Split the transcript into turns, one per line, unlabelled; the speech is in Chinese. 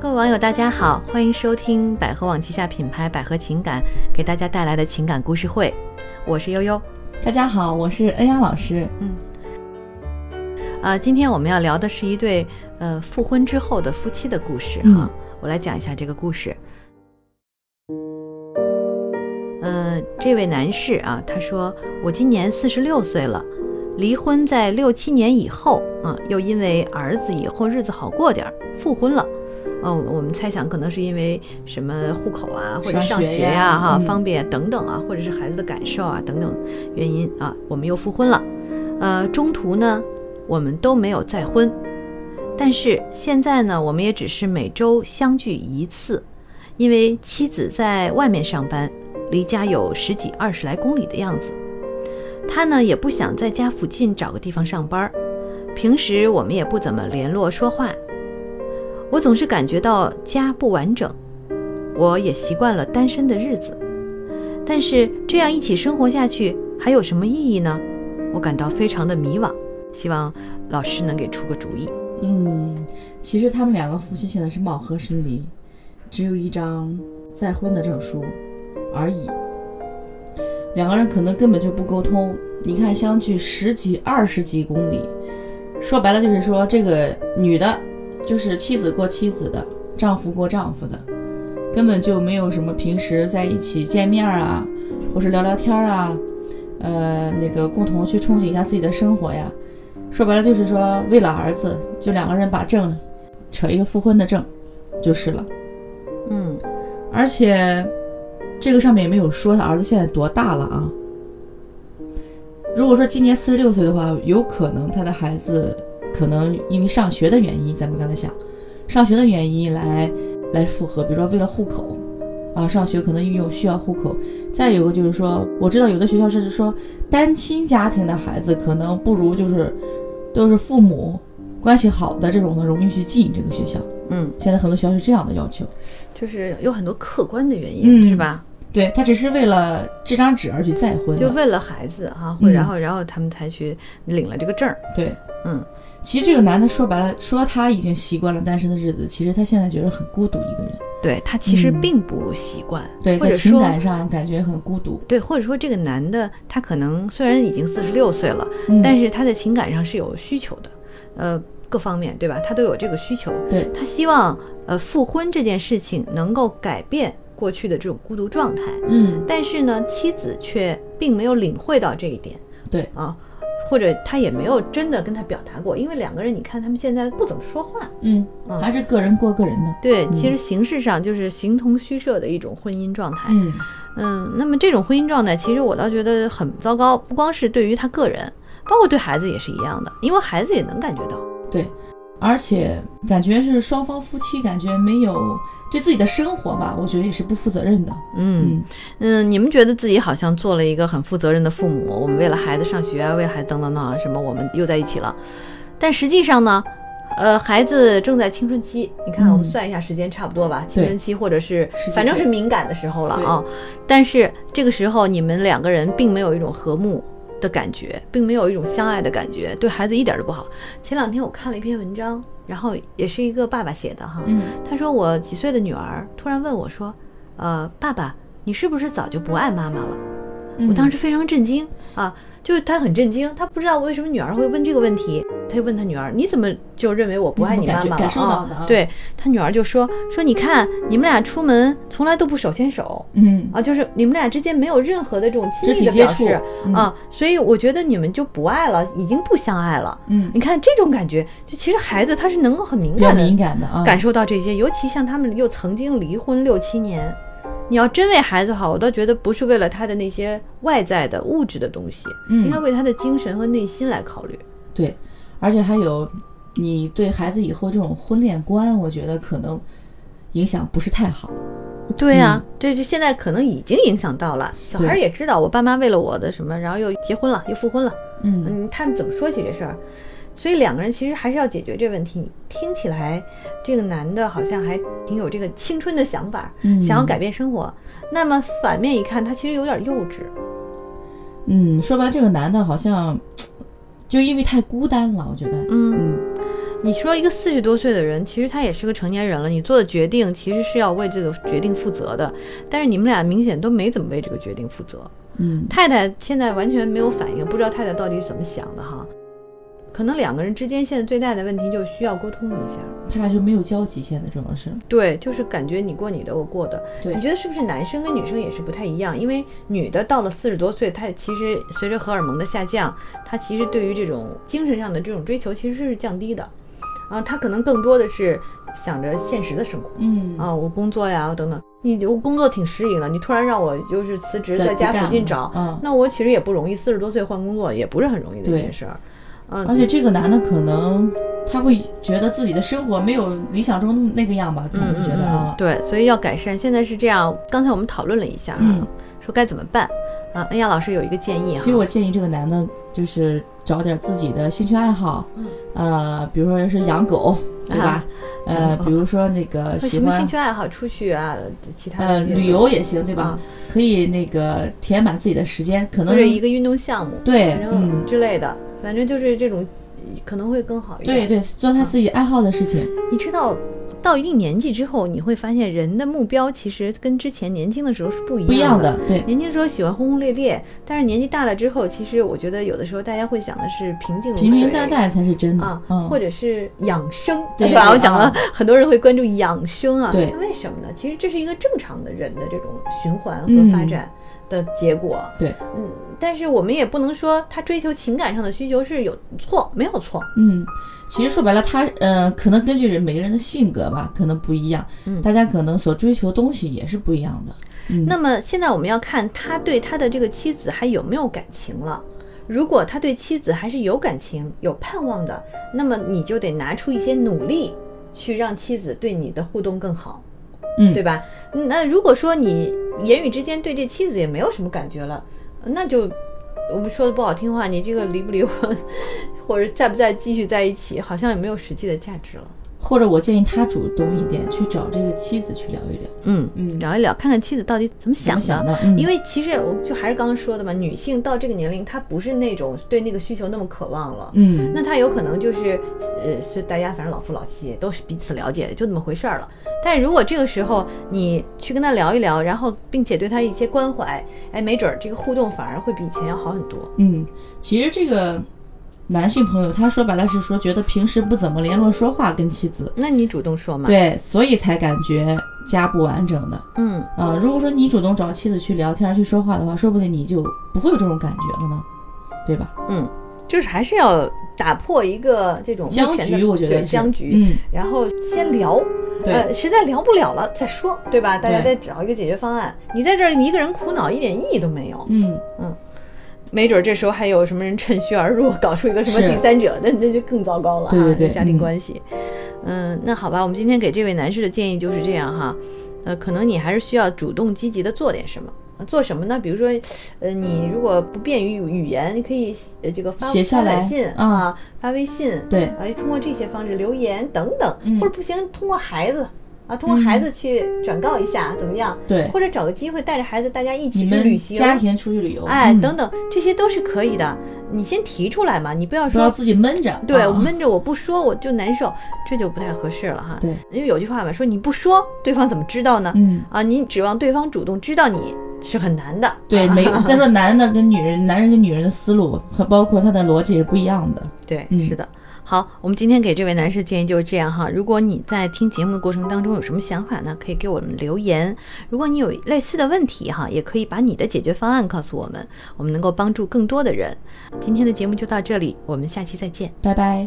各位网友，大家好，欢迎收听百合网旗下品牌百合情感给大家带来的情感故事会，我是悠悠。
大家好，我是恩雅老师。
啊，今天我们要聊的是一对呃复婚之后的夫妻的故事哈、
嗯
我来讲一下这个故事。呃，这位男士啊，他说我今年四十六岁了，离婚在六七年以后啊，又因为儿子以后日子好过点儿，复婚了。嗯、我们猜想可能是因为什么户口啊，或者
上
上
学
学
呀
呀、哈、
嗯
方便等等啊，或者是孩子的感受啊等等原因啊，我们又复婚了。呃，中途呢，我们都没有再婚，但是现在呢，我们也只是每周相聚一次，因为妻子在外面上班，离家有十几二十来公里的样子。他呢也不想在家附近找个地方上班儿，平时我们也不怎么联络说话。我总是感觉到家不完整，我也习惯了单身的日子，但是这样一起生活下去还有什么意义呢？我感到非常的迷惘，希望老师能给出个主意。
嗯，其实他们两个夫妻现在是貌合神离，只有一张再婚的证书而已。两个人可能根本就不沟通。你看，相距十几、二十几公里，说白了就是说，这个女的，就是妻子过妻子的，丈夫过丈夫的，根本就没有什么平时在一起见面啊，或是聊聊天啊，呃，那个共同去憧憬一下自己的生活呀。说白了就是说，为了儿子，就两个人把证扯一个复婚的证，就是了。
嗯
而且这个上面也没有说他儿子现在多大了啊。如果说今年四十六岁的话，有可能他的孩子可能因为上学的原因，咱们刚才想，上学的原因来来复合，比如说为了户口啊，上学可能有需要户口。再有个就是说，我知道有的学校甚至说单亲家庭的孩子可能不如就是都是父母关系好的这种的容易去进这个学校。
嗯，
现在很多学校是这样的要求。
就是有很多客观的原因，
嗯
是吧？
对他只是为了这张纸而去再婚的，
就为了孩子哈、或
嗯
然后然后他们才去领了这个证儿。
对，
嗯
其实这个男的说白了，说他已经习惯了单身的日子，其实他现在觉得很孤独一个人，
对他其实
嗯
并不习惯，
对，
或
在
者
情
说
感上感觉很孤独，
对，或者说这个男的他可能虽然已经四十六岁了，
嗯
但是他在情感上是有需求的，呃，各方面对吧？他都有这个需求，
对
他希望呃复婚这件事情能够改变过去的这种孤独状态，
嗯，
但是呢，妻子却并没有领会到这一点，
对
啊。或者他也没有真的跟他表达过，因为两个人，你看他们现在不怎么说话，
嗯，
嗯
还是个人过个人的，
对，
嗯
其实形式上就是形同虚设的一种婚姻状态。
嗯，
嗯，那么这种婚姻状态，其实我倒觉得很糟糕，不光是对于他个人，包括对孩子也是一样的，因为孩子也能感觉到。
对，而且感觉是双方夫妻感觉没有对自己的生活吧，我觉得也是不负责任的，
嗯嗯，你们觉得自己好像做了一个很负责任的父母，我们为了孩子上学啊，为了孩子等等等啊什么，我们又在一起了。但实际上呢，呃，孩子正在青春期，你看
嗯
我们算一下时间，差不多吧，青春期或者是
17岁
反正是敏感的时候了啊。但是这个时候你们两个人并没有一种和睦。的感觉，并没有一种相爱的感觉，对孩子一点都不好。前两天我看了一篇文章，然后也是一个爸爸写的哈，
嗯，
他说我几岁的女儿突然问我说：“呃，爸爸，你是不是早就不爱妈妈了？”
嗯
我当时非常震惊啊，就是他很震惊，他不知道为什么女儿会问这个问题，他就问他女儿：“你怎么就认为我不爱
你怎么
妈妈了？”
感觉感受到的
啊
啊
对他女儿就说：“说你看你们俩出门从来都不手牵手
嗯，
啊，就是你们俩之间没有任何的这种亲密
肢体
的
接
表
触嗯
示、，啊，所以我觉得你们就不爱了，已经不相爱了。”
嗯，嗯
你看这种感觉，就其实孩子他是能够很敏
比较
感的
敏感的啊，
感受到这些，尤其像他们又曾经离婚六七年，你要真为孩子好，我倒觉得不是为了他的那些外在的物质的东西，
嗯
应该为他的精神和内心来考虑。
对，而且还有你对孩子以后这种婚恋观，我觉得可能影响不是太好。
对呀、嗯这是现在可能已经影响到了，小孩儿
对
也知道我爸妈为了我的什么，然后又结婚了，又复婚了，
嗯，
嗯，他们怎么说起这事儿？所以两个人其实还是要解决这问题。听起来，这个男的好像还挺有这个青春的想法，
嗯
想要改变生活。那么反面一看，他其实有点幼稚。
嗯，说白了，这个男的好像就因为太孤单了，我觉得，
嗯，
嗯，
你说一个四十多岁的人，其实他也是个成年人了，你做的决定其实是要为这个决定负责的，但是你们俩明显都没怎么为这个决定负责。
嗯，
太太现在完全没有反应，不知道太太到底怎么想的哈。可能两个人之间现在最大的问题就是需要沟通一下，
他俩就没有交集，现在主要是
对，就是感觉你过你的，我过的。
对
你觉得是不是男生跟女生也是不太一样？因为女的到了四十多岁，她其实随着荷尔蒙的下降，她其实对于这种精神上的这种追求其实是降低的，啊，她可能更多的是想着现实的生活。
嗯
啊，我工作呀，等等，你我工作挺适应了，你突然让我就是辞职，
在
在家
不干
附近
了
找，
嗯
那我其实也不容易，四十多岁换工作也不是很容易的一
对啊
件事儿。嗯
而且这个男的可能他会觉得自己的生活没有理想中那个样吧，可能是觉
嗯
得啊，
对，所以要改善。现在是这样，刚才我们讨论了一下啊，
嗯
说该怎么办啊。恩雅老师有一个建议啊，
其实我建议这个男的就是找点自己的兴趣爱好，
嗯
呃，比如说是养狗，对吧？
啊
呃，
养狗
比如说那个
有
喜
什么
欢
兴趣爱好，出去啊，其他的
呃
这种
旅游也行，对吧？
啊
可以那个填满自己的时间，可
或
能
者一个运动项目，
对
反，正
嗯，
之类的，反正就是这种可能会更好一点。嗯
对对，做他自己爱好的事情，
你知道，到一定年纪之后，你会发现人的目标其实跟之前年轻的时候是不嗯一
不一样
的。
的，对，
年轻时候喜欢轰轰烈烈，但是年纪大了之后，其实我觉得有的时候大家会想的是平静如水
平平淡淡才是真的
啊，，
嗯
或，者是养生，
对
吧？我讲了
啊，
很多人会关注养生啊，
对
为什么呢？其实这是一个正常的人的这种循环
嗯
和发展的结果。
对，
嗯，但是我们也不能说他追求情感上的需求是有错，没有错。
嗯，其实说白了，他呃，可能根据人每个人的性格吧，可能不一样，
嗯
大家可能所追求的东西也是不一样的。嗯，
那么现在我们要看他对他的这个妻子还有没有感情了。如果他对妻子还是有感情、有盼望的，那么你就得拿出一些努力，去让妻子对你的互动更好，
嗯，
对吧？嗯那如果说你言语之间对这妻子也没有什么感觉了，那就我们说的不好听话，你这个离不离婚，或者在不在继续在一起，好像也没有实际的价值了。
或者我建议他主动一点，去找这个妻子去聊一聊，
嗯
嗯
聊一聊，看看妻子到底怎么
怎
想
么
的。
想的，嗯，
因为其实我就还是刚刚说的嘛，女性到这个年龄，她不是那种对那个需求那么渴望了。
嗯，
那她有可能就是，呃，是大家反正老夫老妻都是彼此了解的，就那么回事儿了。但如果这个时候你去跟她聊一聊，然后并且对她一些关怀，哎，没准儿这个互动反而会比以前要好很多。
嗯，其实这个男性朋友，他说白了是说觉得平时不怎么联络说话跟妻子，
那你主动说嘛？，
对，所以才感觉家不完整的。
嗯，
呃，如果说你主动找妻子去聊天去说话的话，说不定你就不会有这种感觉了呢，对吧？
嗯，就是还是要打破一个这种目前
僵
的
局，我觉得
对
是
僵局，
嗯，
然后先聊，
对
呃，实在聊不了了再说，对吧？大家
对
再找一个解决方案。你在这儿你一个人苦恼，一点意义都没有。
嗯，
没准儿这时候还有什么人趁虚而入，搞出一个什么
是
第三者，那那就更糟糕了啊！
对对对
这家庭
嗯
关系。嗯，那好吧，我们今天给这位男士的建议就是这样哈，呃，可能你还是需要主动积极的做点什么。呃做什么呢？比如说，呃，你如果不便于语言，你可以呃这个发
写下
发短
来
信
嗯
啊，发微信，
对，
啊，通过这些方式留言等等，
嗯
或者不行，通过孩子啊，通过孩子去转告一下，怎么样？
对，
或者找个机会带着孩子大家一
你
起去旅
们
行，
家庭出去旅游，
哎，
嗯
等等，这些都是可以的。你先提出来嘛，你不要
不要
说
自己闷着，
对
啊
我闷着我不说我就难受，这就不太合适了哈。
对，
因为有句话嘛，说你不说，对方怎么知道呢？
嗯。
啊，你指望对方主动知道你是很难的。
对，
啊
每再说男的跟女人，男人跟女人的思路和包括他的逻辑是不一样的。
对，
嗯
是的。好，我们今天给这位男士建议就是这样哈。如果你在听节目的过程当中有什么想法呢，可以给我们留言。如果你有类似的问题哈，也可以把你的解决方案告诉我们，我们能够帮助更多的人。今天的节目就到这里，我们下期再见。
拜拜。